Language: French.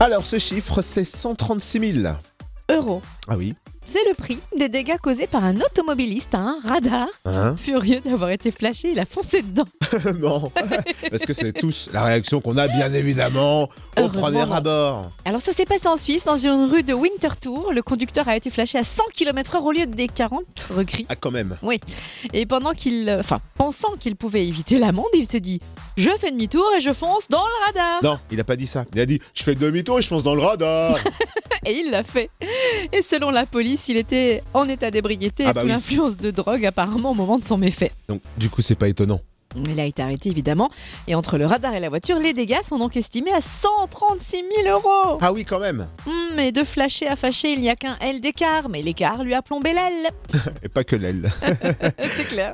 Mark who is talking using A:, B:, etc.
A: Alors, ce chiffre, c'est 136 000.
B: euros.
A: Ah oui.
B: C'est le prix des dégâts causés par un automobiliste à un radar.
A: Hein
B: Furieux d'avoir été flashé, il a foncé dedans.
A: non. Ah. Parce que c'est tous la réaction qu'on a, bien évidemment, au
B: Heureusement,
A: premier
B: non.
A: abord.
B: Alors ça s'est passé en Suisse, dans une rue de Winterthur. Le conducteur a été flashé à 100 km/h au lieu des 40 requis.
A: Ah, quand même.
B: Et pendant qu'il, euh, enfin, pensant qu'il pouvait éviter l'amende, il s'est dit Je fais demi-tour et je fonce dans le radar.
A: Non, il a pas dit ça. Il a dit Je fais demi-tour et je fonce dans le radar.
B: Et il l'a fait. Et selon la police, il était en état d'ébriété
A: Ah
B: et
A: bah
B: sous
A: oui.
B: l'influence de drogue, apparemment, au moment de son méfait.
A: Donc, du coup, c'est pas étonnant.
B: Il a été arrêté, évidemment. Et entre le radar et la voiture, les dégâts sont donc estimés à 136 000 euros.
A: Ah oui, quand même.
B: Hum, et de flasher à fâcher, il n'y a qu'un L d'écart, mais l'écart lui a plombé l'aile.
A: Et pas que l'aile.
B: C'est clair.